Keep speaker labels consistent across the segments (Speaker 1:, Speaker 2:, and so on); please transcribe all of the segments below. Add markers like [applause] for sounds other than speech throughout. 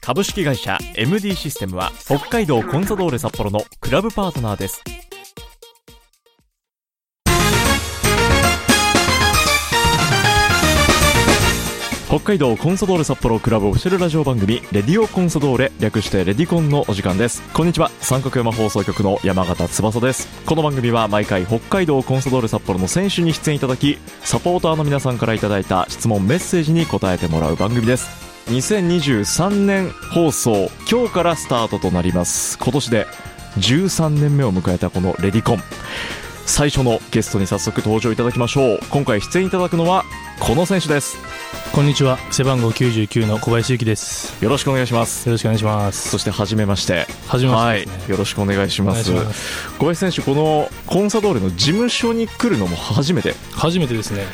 Speaker 1: 株式会社 MD システムは北海道コンサドーレ札幌のクラブパートナーです北海道コンサドーレ札幌クラブオフィシャルラジオ番組「レディオコンサドーレ」略して「レディコン」のお時間ですこんにちは三角山放送局の山形翼ですこの番組は毎回北海道コンサドーレ札幌の選手に出演いただきサポーターの皆さんからいただいた質問メッセージに答えてもらう番組です2023年放送今日からスタートとなります今年で13年目を迎えたこのレディコン最初のゲストに早速登場いただきましょう今回出演いただくのはこの選手です
Speaker 2: こんにちは背番号99の小林幸です
Speaker 1: よろしくお願いします
Speaker 2: よろしくお願いします
Speaker 1: そして初めまして
Speaker 2: はじめま
Speaker 1: は
Speaker 2: し
Speaker 1: い
Speaker 2: てですね、
Speaker 1: よろしくお願いします
Speaker 2: お願いします
Speaker 1: 小林選手このコンサドーレの事務所に来るのも初めて
Speaker 2: 初めてですね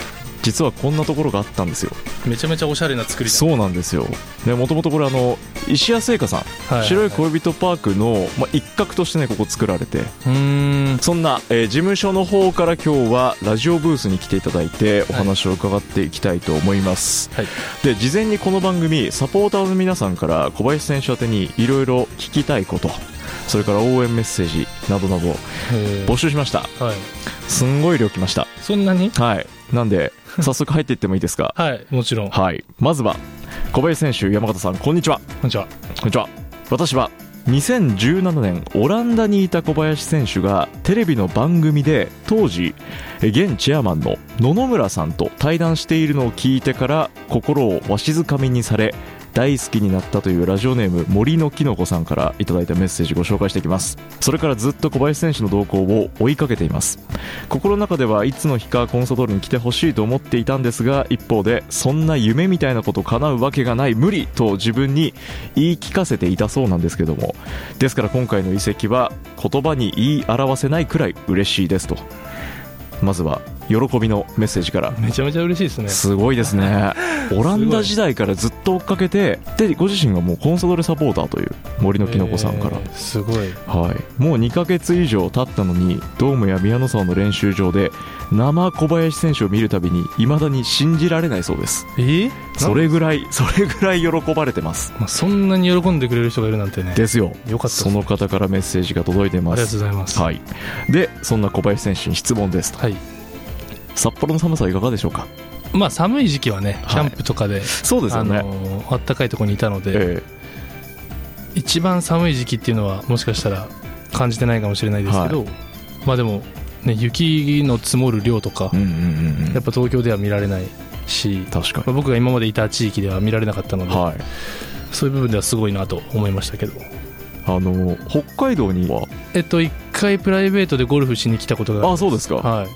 Speaker 1: 実はこんなところがあったんですよ
Speaker 2: めちゃめちゃおしゃれな作りだ
Speaker 1: そうなんですよもともとこれあの石谷製菓さん
Speaker 2: は
Speaker 1: 白い
Speaker 2: 声
Speaker 1: 恋人パークの、まあ、一角としてねここ作られて
Speaker 2: うーん
Speaker 1: そんな、えー事務所の方から今日はラジオブースに来ていただいてお話を伺っていきたいと思います、
Speaker 2: はい
Speaker 1: で事前にこの番組サポーターの皆さんから小林選手宛てにいろいろ聞きたいことそれから応援メッセージなどなど
Speaker 2: え
Speaker 1: 募集しました
Speaker 2: ーはい
Speaker 1: すんごい量来ました
Speaker 2: そんなに
Speaker 1: はいなんで早速入っていってもいいですか
Speaker 2: はいもちろんこ
Speaker 1: はいまずは小林選手山形さんこんにちは
Speaker 2: んにちは
Speaker 1: こんにちは私は2017年オランダにいた小林選手がテレビの番組で当時え現チェアマンの野々村さんと対談しているのを聞いてから心をわしづかみにされ大好きになったというラジオネーム森のきのこさんからいただいたメッセージご紹介していきますそれからずっと小林選手の動向を追いかけています心の中ではいつの日かコンサドールに来てほしいと思っていたんですが一方でそんな夢みたいなこと叶うわけがない無理と自分に言い聞かせていたそうなんですけどもですから今回の移籍は言葉に言い表せないくらい嬉しいですとまずは喜びのメッセージから
Speaker 2: めちゃめちゃ嬉しいですね
Speaker 1: すごいです [laughs] ねオランダ時代からずっと追っかけてでご自身がもうコンサドーレサポーターという森のきのこさんから、
Speaker 2: えーすごい
Speaker 1: はい、もう2ヶ月以上経ったのにドームや宮野沢の練習場で生小林選手を見るたびに未だに信じられないそうです
Speaker 2: えー
Speaker 1: そ、れぐらいそれぐらい喜ばれてます
Speaker 2: まあ、そんなに喜んでくれる人がいるなんてね
Speaker 1: ですよ
Speaker 2: よかったです
Speaker 1: その方からメッセージが届いて
Speaker 2: あ
Speaker 1: ま
Speaker 2: りがとう
Speaker 1: す
Speaker 2: ございます
Speaker 1: はいでそんな小林選手に質問ですと
Speaker 2: はい
Speaker 1: 札幌の寒さはいかがでしょうか
Speaker 2: まあ寒い時期はねキャンプとかで、
Speaker 1: そうです
Speaker 2: あ
Speaker 1: よね、
Speaker 2: のーあったかいところにいたので、
Speaker 1: え
Speaker 2: 一番寒い時期っていうのはもしかしたら感じてないかもしれないですけど、まあでも、ね、雪の積もる量とか、
Speaker 1: えうんうんうんうん
Speaker 2: やっぱ東京では見られないし、
Speaker 1: 確か
Speaker 2: まあ、僕が今までいた地域では見られなかったの
Speaker 1: に
Speaker 2: で、
Speaker 1: はい
Speaker 2: そういう部分ではすごいなと思いましたけど、
Speaker 1: あの北海道には
Speaker 2: えっと、1回プライベートでゴルフしに来たことが
Speaker 1: あそうですか、
Speaker 2: はい、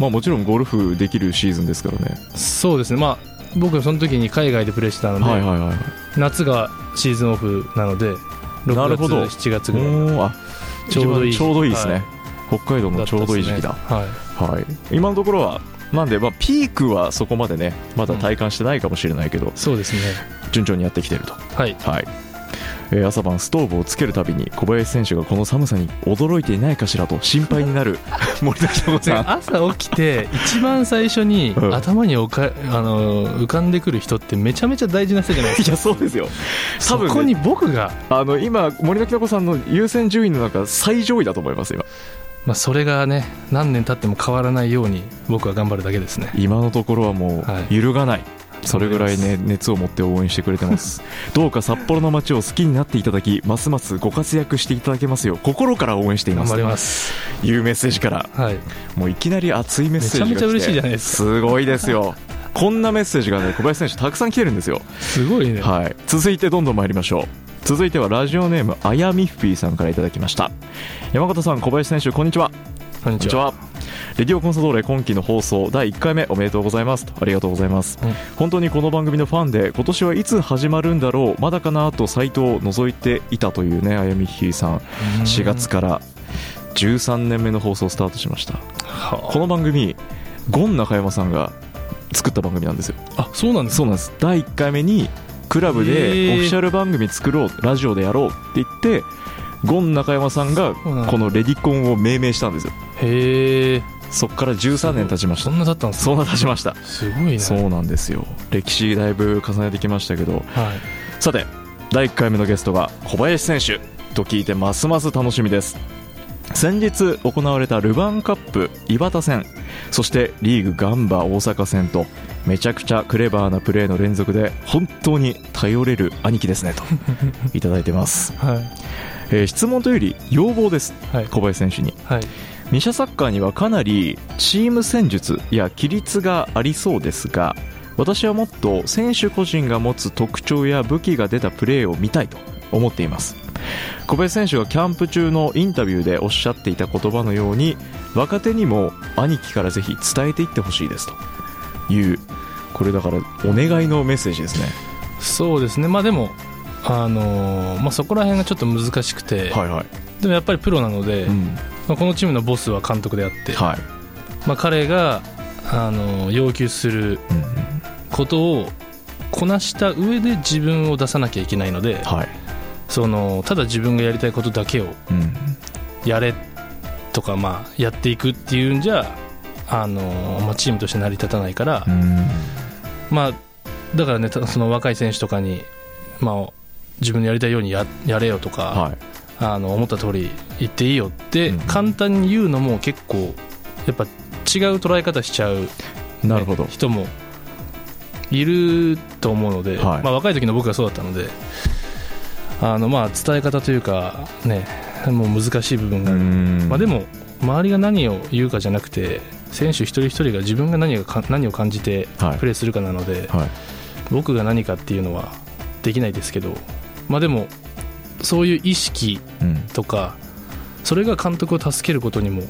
Speaker 1: まあもちろんゴルフできるシーズンですからね
Speaker 2: そうですね、まあ、僕、その時に海外でプレーしてたので、
Speaker 1: はいはいはい
Speaker 2: 夏がシーズンオフなので、
Speaker 1: なる
Speaker 2: 6
Speaker 1: ほど
Speaker 2: 月、7月ぐらい
Speaker 1: おーあ
Speaker 2: ちょうどいい
Speaker 1: 一番ちょうどいいですね、
Speaker 2: はい
Speaker 1: 北海道
Speaker 2: だ
Speaker 1: の
Speaker 2: っ
Speaker 1: ち
Speaker 2: た
Speaker 1: ょ
Speaker 2: で
Speaker 1: う
Speaker 2: す
Speaker 1: どい
Speaker 2: ね
Speaker 1: い時期だ、
Speaker 2: はい
Speaker 1: はい、今のところはなんで、まあ、ピークはそこまでねまだ体感してないかもしれないけど、
Speaker 2: そうですね、
Speaker 1: 順調にやってきてると、
Speaker 2: はい、
Speaker 1: はいえー朝晩ストーブをつけるたびに小林選手がこの寒さに驚いていないかしらと心配にな
Speaker 2: [laughs]
Speaker 1: る森田翔子
Speaker 2: で
Speaker 1: さん
Speaker 2: 朝起きて一番最初に
Speaker 1: [laughs] うん
Speaker 2: 頭におかあの浮かんでくる人ってめちゃめちゃ大事な人じゃないです
Speaker 1: いやそうですよ多
Speaker 2: か、
Speaker 1: 分ね、
Speaker 2: そこに僕が、
Speaker 1: あの今森田翔子さんの優先順位の中最上位だと思います今
Speaker 2: まあ、それがね何年経っても変わらないように僕は頑張るだけですね
Speaker 1: 今のところはも
Speaker 2: は
Speaker 1: う
Speaker 2: い
Speaker 1: 揺るがない、それぐらい、ね、熱を持って応援してくれてます
Speaker 2: [laughs]
Speaker 1: どうか札幌の街を好きになっていただきますますご活躍していただけますよう心から応援していま
Speaker 2: 頑
Speaker 1: す
Speaker 2: 張ります
Speaker 1: いうメッセージから
Speaker 2: はい
Speaker 1: もういきなり熱いメッセージが来て
Speaker 2: めちゃめちゃ嬉しいじゃないですか
Speaker 1: すごいですよこんなメッセージがね小林選手たくさん来てるんですよ、
Speaker 2: すごいね、
Speaker 1: はい、続いてどんどん参りましょう続いてはラジオネームあやみっぴーさんからいただきました山形さん小林選手こんにちは
Speaker 2: こんに
Speaker 1: こんに
Speaker 2: ち
Speaker 1: ち
Speaker 2: は
Speaker 1: は。レディオコンサドーレ今期の放送第1回目おめでとうございますとありがとうございます、
Speaker 2: うん
Speaker 1: 本当にこの番組のファンで今年はいつ始まるんだろうまだかなとサイトを覗いていたというねあやみひーさん4月から13年目の放送スタートしましたこ
Speaker 2: は
Speaker 1: の番組ゴン中山さんが作った番組なんですよ
Speaker 2: ああそうなんです
Speaker 1: そうなんです第1回目にクラブ
Speaker 2: へ
Speaker 1: で
Speaker 2: ー
Speaker 1: オフィシャル番組作ろうラジオでやろうって言ってゴン中山さんが
Speaker 2: そうなんだ
Speaker 1: このレディコンを命名したんですよ
Speaker 2: へえ
Speaker 1: そっから13年経ちまし
Speaker 2: そ
Speaker 1: た
Speaker 2: んなだったんです
Speaker 1: そんな経ちました
Speaker 2: すごいね
Speaker 1: そうなんですよ歴史だいぶ重ねてきましたけど
Speaker 2: はい
Speaker 1: さて第1回目のゲストが小林選手と聞いてますます楽しみです先日行われたルヴァンカップ井端戦そしてリーグガンバ大阪戦とめちゃくちゃクレバーなプレーの連続で本当に頼れる兄貴です
Speaker 2: [laughs]
Speaker 1: ねといただいてます、
Speaker 2: はい
Speaker 1: えー質問というより要望です
Speaker 2: はい
Speaker 1: 小林選手に
Speaker 2: はい
Speaker 1: 二者サッカーにはかなりチーム戦術や規律がありそうですが私はもっと選手個人が持つ特徴や武器が出たプレーを見たいと思っています小林選手がキャンプ中のインタビューでおっしゃっていた言葉のように若手にも兄貴からぜひ伝えていってほしいですというこれだからお願いのメッセージですね
Speaker 2: そうですねまあでもあのーまあ、そこら辺がちょっと難しくて、
Speaker 1: いはい、
Speaker 2: でもやっぱりプロなので、
Speaker 1: うん
Speaker 2: まあ、このチームのボスは監督であって、
Speaker 1: はい
Speaker 2: まあ、彼が、あのー要求する
Speaker 1: うん
Speaker 2: ことをこなした上で自分を出さなきゃいけないので、
Speaker 1: はい
Speaker 2: そのただ自分がやりたいことだけを
Speaker 1: うん
Speaker 2: やれとか、まあ、やっていくっていうんじゃ、あのーまあ、チームとして成り立たないから、
Speaker 1: うん
Speaker 2: まあ、だからねたその若い選手とかに、まあ、自分のやりたいようにややれよとか、
Speaker 1: はい
Speaker 2: あの思った通り言っていいよって
Speaker 1: うん
Speaker 2: 簡単に言うのも結構やっぱ違う捉え方しちゃう、
Speaker 1: なるほど
Speaker 2: 人もいると思うので、
Speaker 1: はい
Speaker 2: まあ、若い時の僕がそうだったのであのまあ伝え方というかねもう難しい部分がある、
Speaker 1: ん
Speaker 2: まあ、でも周りが何を言うかじゃなくて選手一人一人が自分が何がか何を感じて
Speaker 1: はい
Speaker 2: プレーするかなので、
Speaker 1: はい
Speaker 2: 僕が何かっていうのはできないですけど、まあ、でもそういう意識
Speaker 1: うん
Speaker 2: とかそれが監督を助けることにも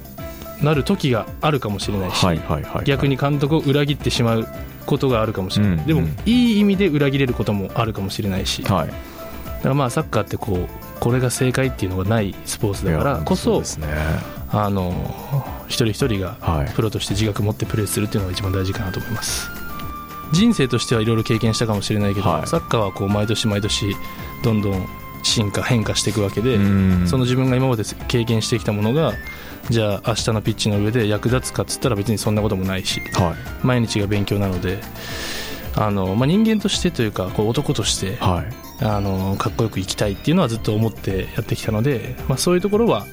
Speaker 2: なる時があるかもしれないし、
Speaker 1: はいはいはいはい、
Speaker 2: 逆に監督を裏切ってしまうことがあるかもしれない、
Speaker 1: うん
Speaker 2: で
Speaker 1: う
Speaker 2: も
Speaker 1: ん
Speaker 2: いい意味で裏切れることもあるかもしれないし、だか
Speaker 1: はい、
Speaker 2: らまあサッカーってこうこれが正解っていうのがないスポーツだか
Speaker 1: いや
Speaker 2: らこ
Speaker 1: う
Speaker 2: そ
Speaker 1: ですね
Speaker 2: あの一人一人が
Speaker 1: はい
Speaker 2: プロとして自覚持ってプレーするっていうのが一番大事かなと思います人生としてはいろいろ経験したかもしれないけど、
Speaker 1: はい
Speaker 2: サッカーはこう毎年毎年どんどん進化変化していくわけで、
Speaker 1: うん
Speaker 2: その自分が今まで経験してきたものがじゃあ明日のピッチの上で役立つかっつったら別にそんなこともないし
Speaker 1: は
Speaker 2: 毎日が勉強なのであの、まあ、人間としてというかこう男として
Speaker 1: いはい
Speaker 2: あのかっこよく生きたいっていうのはずっと思ってやってきたので、まあ、そういうところは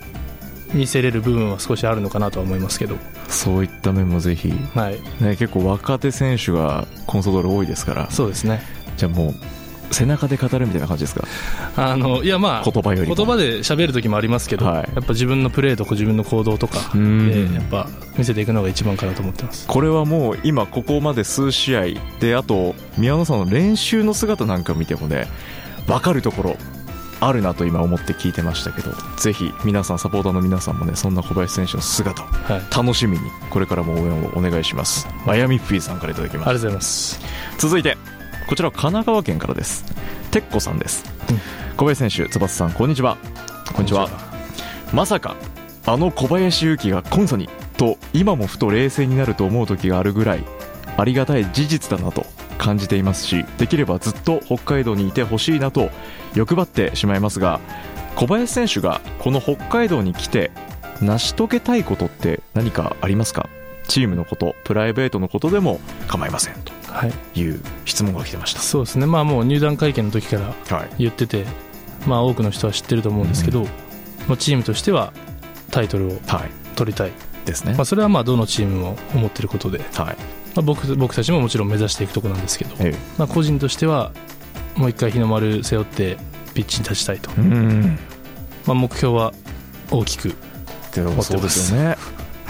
Speaker 2: 見せれる部分は少しあるのかなとは思いますけど、
Speaker 1: そういった面もぜひ、ね、
Speaker 2: はい、
Speaker 1: 結構若手選手がコンソドール多いですから
Speaker 2: そうですね
Speaker 1: じゃあもう背中で語るみたいな感じですか
Speaker 2: あのいやまあ
Speaker 1: 言葉よりも
Speaker 2: 言葉で喋る時もありますけど、
Speaker 1: はい
Speaker 2: やっぱ自分のプレーとか自分の行動とか
Speaker 1: う
Speaker 2: で
Speaker 1: ん
Speaker 2: やっぱ見せていくのが一番かなと思ってます
Speaker 1: これはもう今ここまで数試合であと宮野さんの練習の姿なんか見てもね分かるところあるなと今思って聞いてましたけどぜひ皆さんサポーターの皆さんもねそんな小林選手の姿を
Speaker 2: はいありが
Speaker 1: 楽しみにこれからも応援をお願いしますマヤミッフィーさんからいただきま
Speaker 2: とう
Speaker 1: す
Speaker 2: ございます
Speaker 1: 続いてこちらは神奈川県からですてっこさんです、
Speaker 2: うん
Speaker 1: 小林選手翼さんこんにちはこんにちはまさかあの小林勇輝がコンソにと今もふと冷静になると思う時があるぐらいありがたい事実だなと感じていますしできればずっと北海道にいてほしいなと欲張ってしまいますが小林選手がこの北海道に来て成し遂げたいことって何かありますかチームのことプライベートのことでも構いませんと
Speaker 2: はい、
Speaker 1: いう質問が来てまし
Speaker 2: そうですねまあもう入団会見の時から
Speaker 1: たはい
Speaker 2: 言ってて、まあ、多くの人は知ってると思うんですけど、まあ、チームとしてはタイトルを
Speaker 1: はい
Speaker 2: 取りたい、
Speaker 1: ですね
Speaker 2: まあ、それはまあどのチームも思ってることで、ま
Speaker 1: はい
Speaker 2: あ、僕僕たちももちろん目指していくとこなんですけど、
Speaker 1: え
Speaker 2: まあ、個人としてはもう一回日の丸背負ってピッチに立ちたいと、
Speaker 1: えうん
Speaker 2: まあ、目標は大きく
Speaker 1: でもそうですよね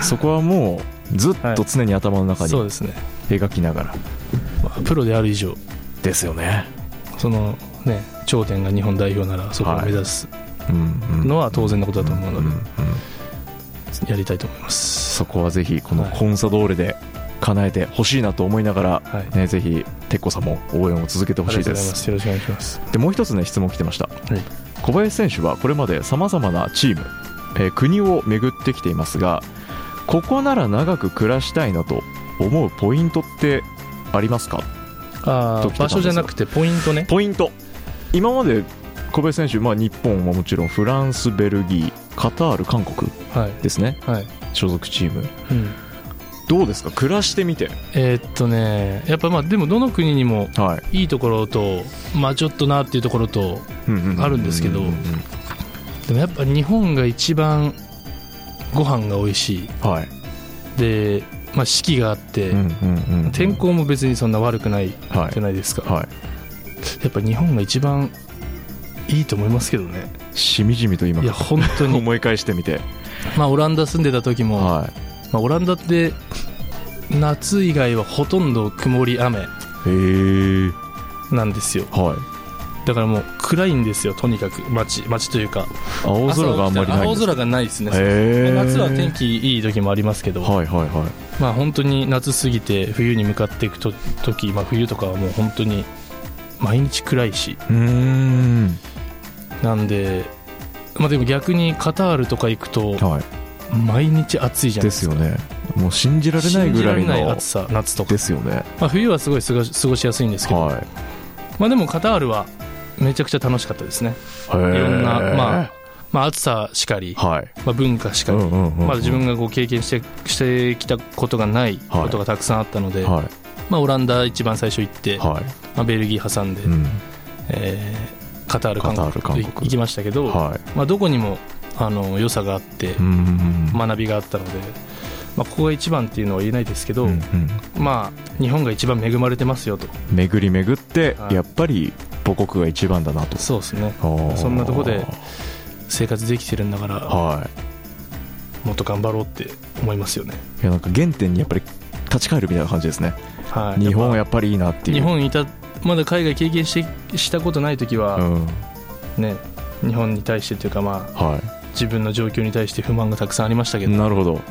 Speaker 1: そこはもうずっと常に頭の中に
Speaker 2: そうですね、
Speaker 1: 描きながら
Speaker 2: まあプロである以上
Speaker 1: ですよね
Speaker 2: そのね頂点が日本代表ならそこを目指す
Speaker 1: うんうん
Speaker 2: のは当然のことだと思うので、
Speaker 1: うんうん
Speaker 2: やりたいと思います
Speaker 1: そこはぜひこのコンサドーレで叶えてほしいなと思いながら、
Speaker 2: はい
Speaker 1: ね、ぜひ鉄子さんも応援を続けて
Speaker 2: あ
Speaker 1: ほ
Speaker 2: り
Speaker 1: し
Speaker 2: が
Speaker 1: いで
Speaker 2: とうございますすよろしくお願いします
Speaker 1: でもう一つね質問来てました
Speaker 2: はい
Speaker 1: 小林選手はこれまでさまざまなチーム、えー国を巡ってきていますがここなら長く暮らしたいなと思うポイントってありますか
Speaker 2: あ
Speaker 1: と来てたん
Speaker 2: あ
Speaker 1: ですよ
Speaker 2: 場所じゃなくてポイントね
Speaker 1: ポイント今まで小林選手、まあ、日本はもちろんフランス、ベルギーカタール、韓国
Speaker 2: はい
Speaker 1: ですね
Speaker 2: はい、
Speaker 1: 所属チーム
Speaker 2: うん、
Speaker 1: どうですか暮らしてみて
Speaker 2: えーっとねやっぱまあでもどの国にも
Speaker 1: はい
Speaker 2: いところとまあちょっとなっていうところと
Speaker 1: い
Speaker 2: あるんですけど
Speaker 1: うううん
Speaker 2: でもやっぱ日本が一番ご飯が美味しい
Speaker 1: はい
Speaker 2: で、まあ、四季があって、
Speaker 1: うんうんうん
Speaker 2: 天候も別にそんな悪くない
Speaker 1: は
Speaker 2: じゃ
Speaker 1: い
Speaker 2: ないですか、
Speaker 1: はい
Speaker 2: やっぱ日本が一番いいと思いますけどね
Speaker 1: しみじみと今
Speaker 2: いや本当
Speaker 1: [laughs]
Speaker 2: に
Speaker 1: 思い返してみて
Speaker 2: まあオランダ住んでた時も、
Speaker 1: はい
Speaker 2: まあ、オランダって夏以外はほとんど曇り雨
Speaker 1: へえ
Speaker 2: なんですよ
Speaker 1: はい
Speaker 2: だからもう暗いんですよとにかく街街というか
Speaker 1: 青空があんまりないんです
Speaker 2: 朝起きたら青空がないですね、
Speaker 1: へ
Speaker 2: で
Speaker 1: ー
Speaker 2: 夏は天気いい時もありますけど、
Speaker 1: はいはいは
Speaker 2: まあ本当に夏過ぎて冬に向かっていくと時、まあ、冬とかはもう本当に毎日暗いし
Speaker 1: いうーん
Speaker 2: なんで、まあ、でも逆にカタールとか行くと
Speaker 1: は
Speaker 2: 毎日暑い
Speaker 1: い
Speaker 2: じゃ
Speaker 1: で
Speaker 2: ないですす
Speaker 1: よ
Speaker 2: か
Speaker 1: ねもう信じられない
Speaker 2: 信
Speaker 1: ぐ
Speaker 2: じら
Speaker 1: ら
Speaker 2: れ
Speaker 1: い
Speaker 2: ない
Speaker 1: の
Speaker 2: 暑さ夏とか、
Speaker 1: ですよね
Speaker 2: まあ、冬はすごい過ごし過ごしやすいんですけど、
Speaker 1: はい
Speaker 2: まあ、でもカタールはめちゃくちゃ楽しかったですね、
Speaker 1: いろ
Speaker 2: いろんな、まあ、まあ暑さしかり、
Speaker 1: はい
Speaker 2: まあ、文化しかり、
Speaker 1: うんうんうんうん
Speaker 2: まあ、自分がこう経験してしてきたことがないことがたくさんあったので、
Speaker 1: は
Speaker 2: まあ、オランダ一番最初行って、
Speaker 1: いは
Speaker 2: まあ、ベルギー挟んで、
Speaker 1: いうん
Speaker 2: えーカタール韓
Speaker 1: カタール韓
Speaker 2: 国
Speaker 1: 国
Speaker 2: と行きましたけど、
Speaker 1: は
Speaker 2: まあ、どこにもあの良さがあって
Speaker 1: いうんうんうん
Speaker 2: 学びがあったので、まあ、ここが一番っていうのは言えないですけど、
Speaker 1: うんうん
Speaker 2: まあ、日本が一番恵まれてますよと
Speaker 1: 巡り巡って
Speaker 2: はい
Speaker 1: やっぱり母国が一番だなと
Speaker 2: そうですね
Speaker 1: あー
Speaker 2: そんなとこで生活できてるんだから
Speaker 1: は
Speaker 2: もっと頑張ろうって思いますよね、
Speaker 1: いいやなんか原点にやっぱり立ち返るみたいな感じですね
Speaker 2: はい、
Speaker 1: 日本は
Speaker 2: やっ
Speaker 1: やっぱりいいなってい
Speaker 2: ぱ
Speaker 1: う
Speaker 2: 日本にいたまだ海外経験してしたことない時
Speaker 1: う
Speaker 2: は、
Speaker 1: ん
Speaker 2: ね日本に対してというか、まあ、
Speaker 1: は
Speaker 2: 自分の状況に対して不満がたくさんありましたけ
Speaker 1: い
Speaker 2: ど、
Speaker 1: なるほど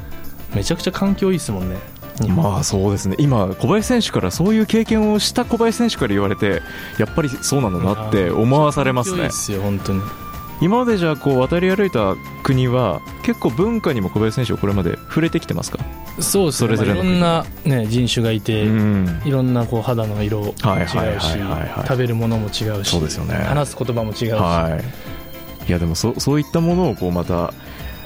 Speaker 2: めちゃくちゃ環境いいですもんね日本
Speaker 1: まあそうですね今小林選手からそういう経験をした小林選手から言われてやっぱりそうなんだなって思わされます
Speaker 2: 強い
Speaker 1: ね
Speaker 2: ですよ本当に
Speaker 1: 今までじゃあこう渡り歩いた国は結構文化にも小林選手はこれまで触れてきてますか
Speaker 2: そうです
Speaker 1: それぞれの
Speaker 2: いろんな、ね、人種がいて、
Speaker 1: うん
Speaker 2: いろんなこう肌の色も違
Speaker 1: はいう
Speaker 2: し
Speaker 1: はいはいはいはい
Speaker 2: 食べるものも違うし
Speaker 1: そうですよね
Speaker 2: 話す言葉も違うし、
Speaker 1: はいいやでもそそういったものをこうまた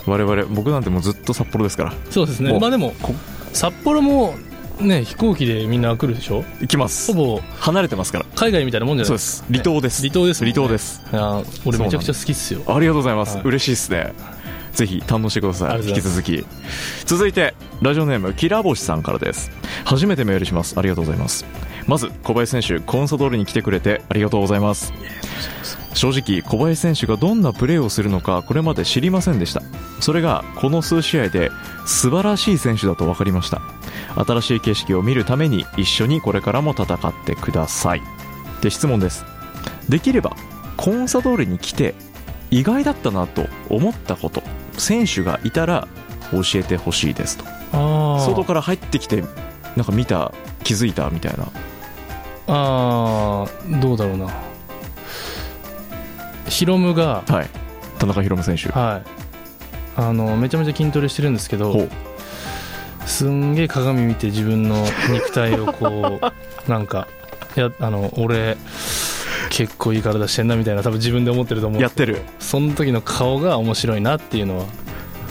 Speaker 1: 我々僕なんてもうずっと札幌ですから
Speaker 2: そうですね
Speaker 1: もう
Speaker 2: まあでも
Speaker 1: こ
Speaker 2: 札幌もね飛行機でみんな来るでしょ
Speaker 1: 行きます
Speaker 2: ほぼ
Speaker 1: 離れてますから
Speaker 2: 海外みたいなもんじゃ
Speaker 1: そう
Speaker 2: ない
Speaker 1: です離島です
Speaker 2: 離島ですもん
Speaker 1: 離島
Speaker 2: ね
Speaker 1: です
Speaker 2: あー俺めちゃくちゃ好きっすよ
Speaker 1: ありがとうございます、
Speaker 2: はい
Speaker 1: 嬉しいですねぜひ堪能してくださ
Speaker 2: あ
Speaker 1: い
Speaker 2: り
Speaker 1: 引
Speaker 2: が
Speaker 1: き
Speaker 2: とうご
Speaker 1: 続き続いてラジオネームきらぼしさんからです初めてメールしますありがとうございますまず小林選手コンサドールに来てくれてありがとうございます正直小林選手がどんなプレーをするのかこれまで知りませんでしたそれがこの数試合で素晴らしい選手だと分かりました新しい景色を見るために一緒にこれからも戦ってくださいで質問ですできればコンサドールに来て意外だったなと思ったこと選手がいたら教えてほしいですと
Speaker 2: あー
Speaker 1: 外から入ってきてなんか見た気づいたみたいな
Speaker 2: あーどうだろうなヒロムが、
Speaker 1: はい田中宏夢選手
Speaker 2: はい、あのめちゃめちゃ筋トレしてるんですけ
Speaker 1: ほ
Speaker 2: ど
Speaker 1: う
Speaker 2: すんげえ鏡見て自分の肉体をこ
Speaker 1: [laughs]
Speaker 2: うなんかいやあの俺結構いい体してんなみたいな多分自分で思ってると思うん
Speaker 1: やっ
Speaker 2: です
Speaker 1: てる
Speaker 2: その時の顔が面白いなっていうのは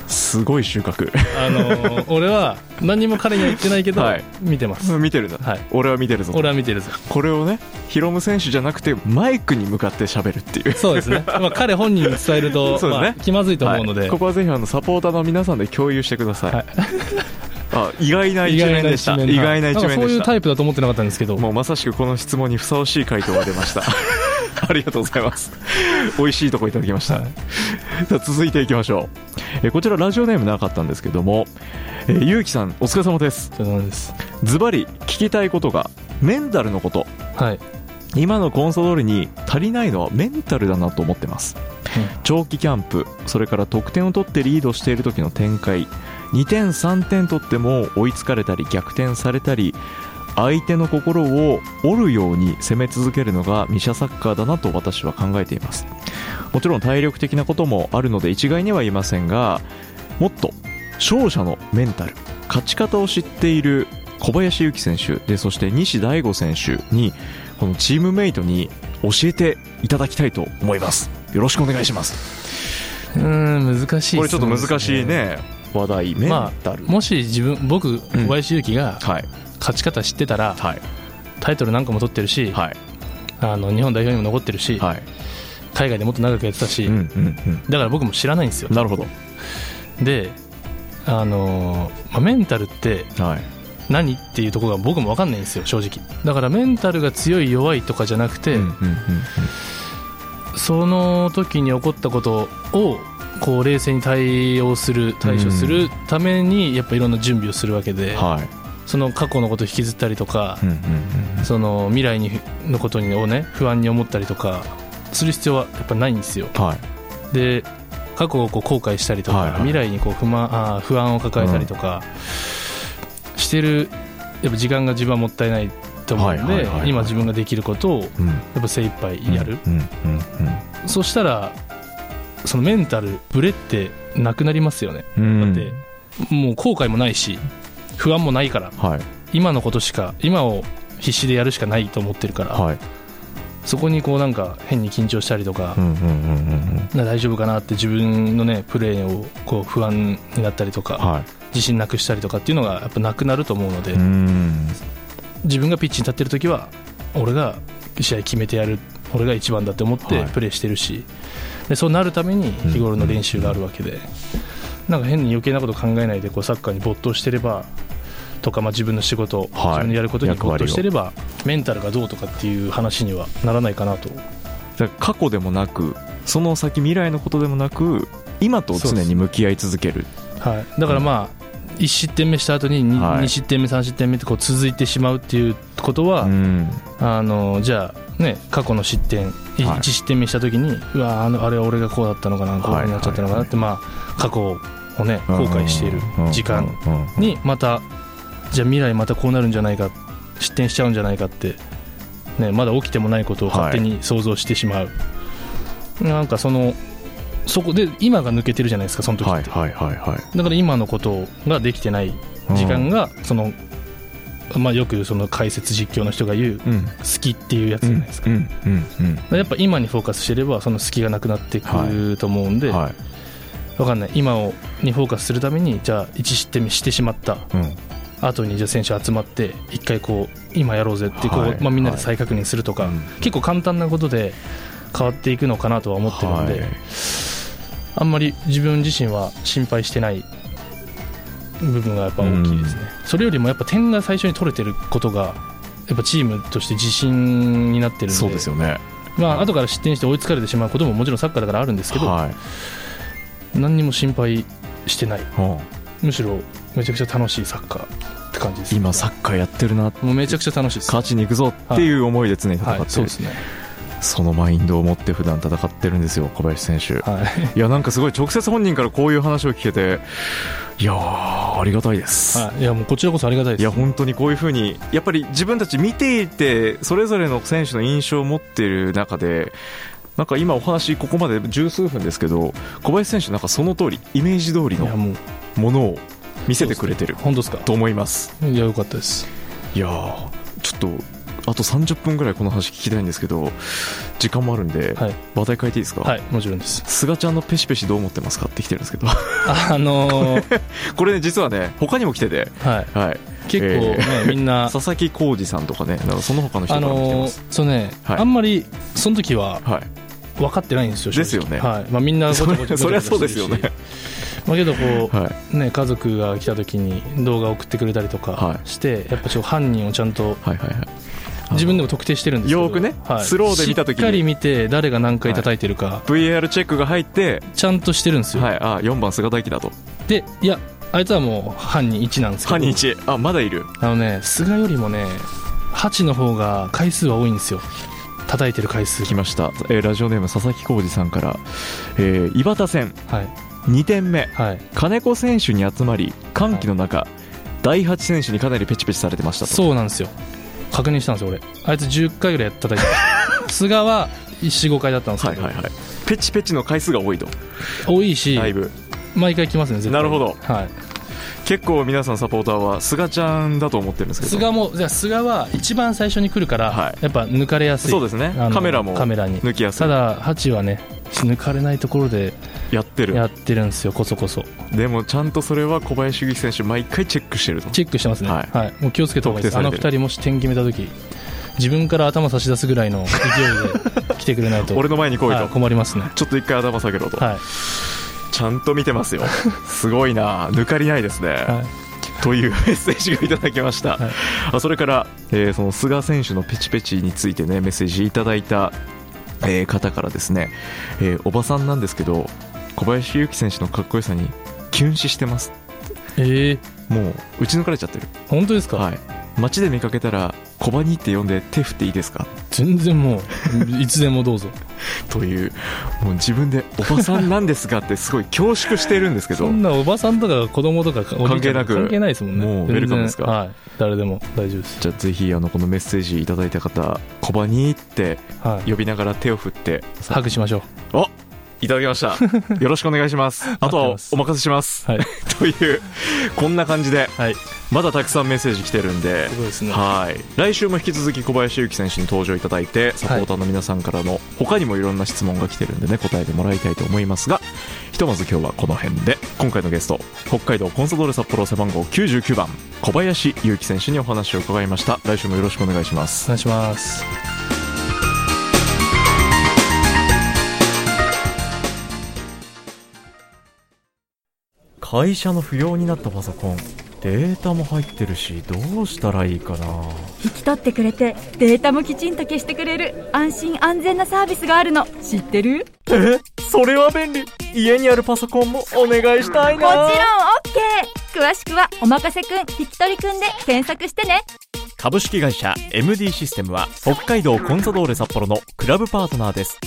Speaker 1: すごい収穫 [laughs]
Speaker 2: あの俺は何も彼には言ってないけど、
Speaker 1: はい
Speaker 2: 見てます、
Speaker 1: 見てるな
Speaker 2: はい、
Speaker 1: 俺は見てるぞ
Speaker 2: 俺は見てるぞ
Speaker 1: これをね宏夢選手じゃなくてマイクに向かって喋るっていう
Speaker 2: そうですね、まあ、彼本人に伝えると、
Speaker 1: そうですね
Speaker 2: まあ気まずいと思うの
Speaker 1: は
Speaker 2: で、
Speaker 1: いここはぜひあのサポーターの皆さんで共有してください、あ意外な一面でした意外な一
Speaker 2: は
Speaker 1: 面で
Speaker 2: いんかそうい
Speaker 1: し
Speaker 2: う
Speaker 1: た
Speaker 2: タイプだと思ってなかったんですけ
Speaker 1: [laughs]
Speaker 2: ど
Speaker 1: もうまさしくこの質問にふさわしい回答が出ましたありがとうございます美味しいとこいただきました、
Speaker 2: はい
Speaker 1: さあ続いていきましょうえこちらラジオネームなかったんですけどもえーゆうきさんお疲れ様です
Speaker 2: そうなんです
Speaker 1: ズバリ聞きたいことがメンタルのこと
Speaker 2: はい
Speaker 1: 今のコンサドールに足りないのはメンタルだなと思ってます長期キャンプそれから得点を取ってリードしている時の展開2点3点取っても追いつかれたり逆転されたり相手の心を折るように攻め続けるのがミシャサッカーだなと私は考えていますもちろん体力的なこともあるので一概には言いませんがもっと勝者のメンタル勝ち方を知っている小林由紀選手でそして西大吾選手にこのチームメイトに教えていただきたいと思いますよろしくお願いします
Speaker 2: うーん難しい
Speaker 1: これちょっと難しい
Speaker 2: そうで
Speaker 1: ね話題メン
Speaker 2: ま
Speaker 1: タル、
Speaker 2: すねもし自分僕小林勇輝が
Speaker 1: はい
Speaker 2: 勝ち方知ってたら
Speaker 1: はい
Speaker 2: タイトルなんかも取ってるし
Speaker 1: はい
Speaker 2: あの日本代表にも残ってるし
Speaker 1: はい
Speaker 2: 海外でもっと長くやってたし
Speaker 1: うんうん
Speaker 2: だから僕も知らないんですよ
Speaker 1: うんなるほど
Speaker 2: であのーまあメンタルって
Speaker 1: はい
Speaker 2: 何っていうところが僕も分かんないんですよ正直だからメンタルが強い弱いとかじゃなくて、
Speaker 1: うんうんうん
Speaker 2: その時に起こったことをこう冷静に対応する対処するためにやっぱいろんな準備をするわけ
Speaker 1: う
Speaker 2: で、
Speaker 1: んはい
Speaker 2: その過去のことを引きずったりとか
Speaker 1: う、んうんうん
Speaker 2: その未来にのことにをね不安に思ったりとかする必要はやっぱないんですよ
Speaker 1: はい
Speaker 2: で過去をこう後悔したりとか、
Speaker 1: はいはい
Speaker 2: 未来にこう不満あー不安を抱えたりとか、してるやっぱ時間が自分はもったいないと思うんで、
Speaker 1: はいはいはいはい
Speaker 2: 今自分ができることをや
Speaker 1: うん
Speaker 2: っぱ精一杯やる、
Speaker 1: うんうん
Speaker 2: そしたらそのメンタルブレってなくなりますよね
Speaker 1: うんう
Speaker 2: だ
Speaker 1: ん
Speaker 2: って、もう後悔もないし不安もないから
Speaker 1: はい
Speaker 2: 今のことしか今を必死でやるしかないと思ってるから、
Speaker 1: はい
Speaker 2: そこにこうなんか変に緊張したりとか
Speaker 1: う、んうんうんうんうん
Speaker 2: な大丈夫かなって自分のねプレーをこう不安になったりとか、
Speaker 1: は
Speaker 2: 自信なくしたりとかっていうのがやっぱなくなると思うので、
Speaker 1: いうん
Speaker 2: 自分がピッチに立ってる時は俺が試合決めてやる俺が一番だって思っ
Speaker 1: は
Speaker 2: て
Speaker 1: い
Speaker 2: プレーしてるし、でそうなるために日頃の練習があるわけで、なんか変に余計なこと考えないでこうサッカーに没頭してればとか、まあ、自分の仕事、
Speaker 1: はい
Speaker 2: 自分のやることに
Speaker 1: 役割を
Speaker 2: 没頭してればメンタルがどうとかっていう話にはならないかなと
Speaker 1: だから過去でもなくその先未来のことでもなく今と常に向き合い続ける
Speaker 2: はい、だからまあ、1失点目した後に 2,、
Speaker 1: はい
Speaker 2: 二失点目、3失点目ってこう続いてしまうっていうことは、
Speaker 1: うん
Speaker 2: あのじゃあ、ね、過去の失点、い
Speaker 1: はい
Speaker 2: 1失点目した時に、うわあのあれは俺がこうだったのかな、こういうふうになっちゃったのかなって、まあ、過去を、ね、後悔している時間に、また、じゃあ未来またこうなるんじゃないか、失点しちゃうんじゃないかって、ね、まだ起きてもないことを勝手に想像してしまう。なんかそのそこで今が抜けてるじゃないですか、その時って、
Speaker 1: はいはいはいはい
Speaker 2: だから今のことができてない時間がその、まあ、よくその解説実況の人が言う
Speaker 1: うん
Speaker 2: 隙っていうやつじゃないですか,、
Speaker 1: うんうんうん
Speaker 2: やっぱ今にフォーカスしてればその隙がなくなってく
Speaker 1: は
Speaker 2: ると思うんで、
Speaker 1: はい
Speaker 2: わかんない今をにフォーカスするためにじゃあ1失点目してしまった
Speaker 1: うん
Speaker 2: 後にじゃあ選手集まって一回こう今やろうぜってこう、
Speaker 1: はい
Speaker 2: まあ、みんなで
Speaker 1: はい
Speaker 2: 再確認するとか、
Speaker 1: うん
Speaker 2: 結構簡単なことで変わっていくのかなとは思ってるんで、
Speaker 1: はい
Speaker 2: あんまり自分自身は心配してない部分がやっぱ大きいですね、それよりもやっぱ点が最初に取れてることがやっぱチームとして自信になってるんで
Speaker 1: そうですよね
Speaker 2: まあ後から失点して追いつかれてしまうことももちろんサッカーだからあるんですけど、
Speaker 1: はい
Speaker 2: 何にも心配してない
Speaker 1: うん
Speaker 2: むしろめちゃくちゃ楽しいサッカーって感じです
Speaker 1: 今サッカーやってるな
Speaker 2: もうめちゃくちゃ楽しいです
Speaker 1: 勝ちに行くぞっていう思いで常に戦
Speaker 2: は
Speaker 1: っ
Speaker 2: い
Speaker 1: て
Speaker 2: そう
Speaker 1: る
Speaker 2: ですね
Speaker 1: そのマインドを持って普段戦ってるんですよ小林選手
Speaker 2: はい
Speaker 1: いやなんかすごい直接本人からこういう話を聞けていやーありがたいです [laughs]
Speaker 2: はいいやもうこちらこそありがたい
Speaker 1: い
Speaker 2: で
Speaker 1: や
Speaker 2: す
Speaker 1: 本当にこういうふうにやっぱり自分たち見ていてそれぞれの選手の印象を持っている中でなんか今お話ここまで十数分ですけど小林選手なんかその通りイメージ通り
Speaker 2: いや
Speaker 1: の
Speaker 2: もう
Speaker 1: ものを見せてくれてる
Speaker 2: 本当ですか
Speaker 1: と思います
Speaker 2: いやよかったです
Speaker 1: いやーちょっとあと30分ぐらいこの話聞きたいんですけど時間もあるんで、
Speaker 2: はい
Speaker 1: 話題変えていいですか、
Speaker 2: はいもちろんです
Speaker 1: 菅ちゃんのペシペシどう思ってますかって来てるんですけど [laughs]
Speaker 2: あのー
Speaker 1: これね実はね他にも来てて、
Speaker 2: はい
Speaker 1: はい、
Speaker 2: 結構ね、
Speaker 1: えー
Speaker 2: みんな
Speaker 1: 佐々木浩二 [laughs] さんとかねなんかその他の人
Speaker 2: あ
Speaker 1: からも来て
Speaker 2: の
Speaker 1: ます、
Speaker 2: ーそうね、
Speaker 1: はい
Speaker 2: あんまりその時は
Speaker 1: はい、
Speaker 2: 分かってないんですよ正直
Speaker 1: ですよね
Speaker 2: はいまあ、みんなごちゃごちゃごちゃごちゃ
Speaker 1: それはそうですよね
Speaker 2: してるしまあけどこう、
Speaker 1: はい、
Speaker 2: ね、家族が来た時に動画送ってくれたりと
Speaker 1: は
Speaker 2: か
Speaker 1: い
Speaker 2: して、やっぱちょっと犯人をちゃんと
Speaker 1: はいはいはい
Speaker 2: 自分でも特定してるんですけど
Speaker 1: よーくねスローで見た時に
Speaker 2: しっかり見て誰が何回叩いてるか、
Speaker 1: VAR チェックが入って、
Speaker 2: ちゃんとしてるんですよ、
Speaker 1: はい、あ4番菅大輝だと
Speaker 2: でいやあいつはもう犯人1なんですけど
Speaker 1: 犯人1あまだいる
Speaker 2: あのね菅よりもね8の方が回数は多いんですよ叩いてる回数
Speaker 1: 来ました、えー、ラジオネーム佐々木浩二さんから、えー、井端戦、はい、2点目、はい、金子選手に集まり歓喜の中、はい、第8選手にかなりペチペチされてました
Speaker 2: そうなんですよ確認したんですよ俺あいつ10回ぐらい
Speaker 1: [laughs]
Speaker 2: 叩いて菅は45回だったんですけど、はいはいはい、
Speaker 1: ペチペチの回数が多いと
Speaker 2: 多いし毎回来ますね絶対
Speaker 1: なるほど、
Speaker 2: はい、
Speaker 1: 結構皆さんサポーターは菅ちゃんだと思ってるんですけど
Speaker 2: 菅もじゃ菅は一番最初に来るから、はい、やっぱ抜かれやすい
Speaker 1: そうですねカメラも
Speaker 2: カメラに
Speaker 1: 抜きやすい
Speaker 2: ただハチはね抜かれないところで
Speaker 1: やってる
Speaker 2: やってるんですよこそこそ
Speaker 1: でもちゃんとそれは小林主義選手毎回チェックしてると
Speaker 2: チェックしてますね、はい、はい、もう気をつけた方がいいですあの2人もし点決めた時自分から頭差し出すぐらいの勢い
Speaker 1: [laughs]
Speaker 2: で来てくれないと
Speaker 1: 俺の前に来いと、はい、
Speaker 2: 困りますね
Speaker 1: ちょっと一回頭下げろと、はいちゃんと見て [laughs] ますよ。すごいな、抜かりないですね。はい、というメ [laughs] ッセージをいただきました、はい、それから、えー、その菅選手のペチペチについて、ね、メッセージいただいた、えー、方からですね、えー、おばさんなんですけど小林勇輝選手のかっこよさにキュン死してます、ー、
Speaker 2: え
Speaker 1: もう打ち抜かれちゃってる
Speaker 2: 本当ですか、
Speaker 1: はい、街で見かけたら小バニって呼んで手振っていいですか
Speaker 2: 全然もういつでもど
Speaker 1: [laughs]
Speaker 2: うぞ
Speaker 1: というもう自分でおばさんなんですがってすごい恐縮しているんですけど
Speaker 2: そんなおばさんとか子供とか
Speaker 1: 関係なく
Speaker 2: 関係ないですもんね
Speaker 1: もうウェルカムですか、
Speaker 2: はい、誰でも大丈夫です
Speaker 1: じゃあぜひあのこのメッセージいただいた方小バニって呼びながら手を振って、
Speaker 2: はい、ハグしましょ
Speaker 1: うおいただきました。よろしくお願いします。あとはお任せします。
Speaker 2: はい、
Speaker 1: [laughs] という、こんな感じで、
Speaker 2: はい、
Speaker 1: まだたくさんメッセージ来てるんで、
Speaker 2: すごいですね、
Speaker 1: はい。来週も引き続き小林祐希選手に登場いただいて、サポーターの皆さんからの、他にもいろんな質問が来てるんでね、答えてもらいたいと思いますが、ひとまず今日はこの辺で、今回のゲスト、北海道コンサドーレ札幌背番号99番、小林祐希選手にお話を伺いました。来週もよろしくお願いします。
Speaker 2: お願いします。
Speaker 3: 会社の不要になったパソコンデータも入ってるしどうしたらいいかな
Speaker 4: 引き取ってくれてデータもきちんと消してくれる安心安全なサービスがあるの知ってる
Speaker 3: えそれは便利家にあるパソコンもお願いしたいな
Speaker 4: もちろん OK 詳しくは「おまかせくん引き取りくん」で検索してね
Speaker 3: 株式会社 MD システムは北海道コンサドーレ札幌のクラブパートナーです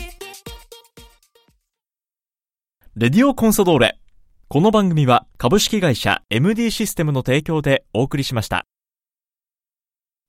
Speaker 3: レディオコンサドーレこの番組は株式会社 MD システムの提供でお送りしました。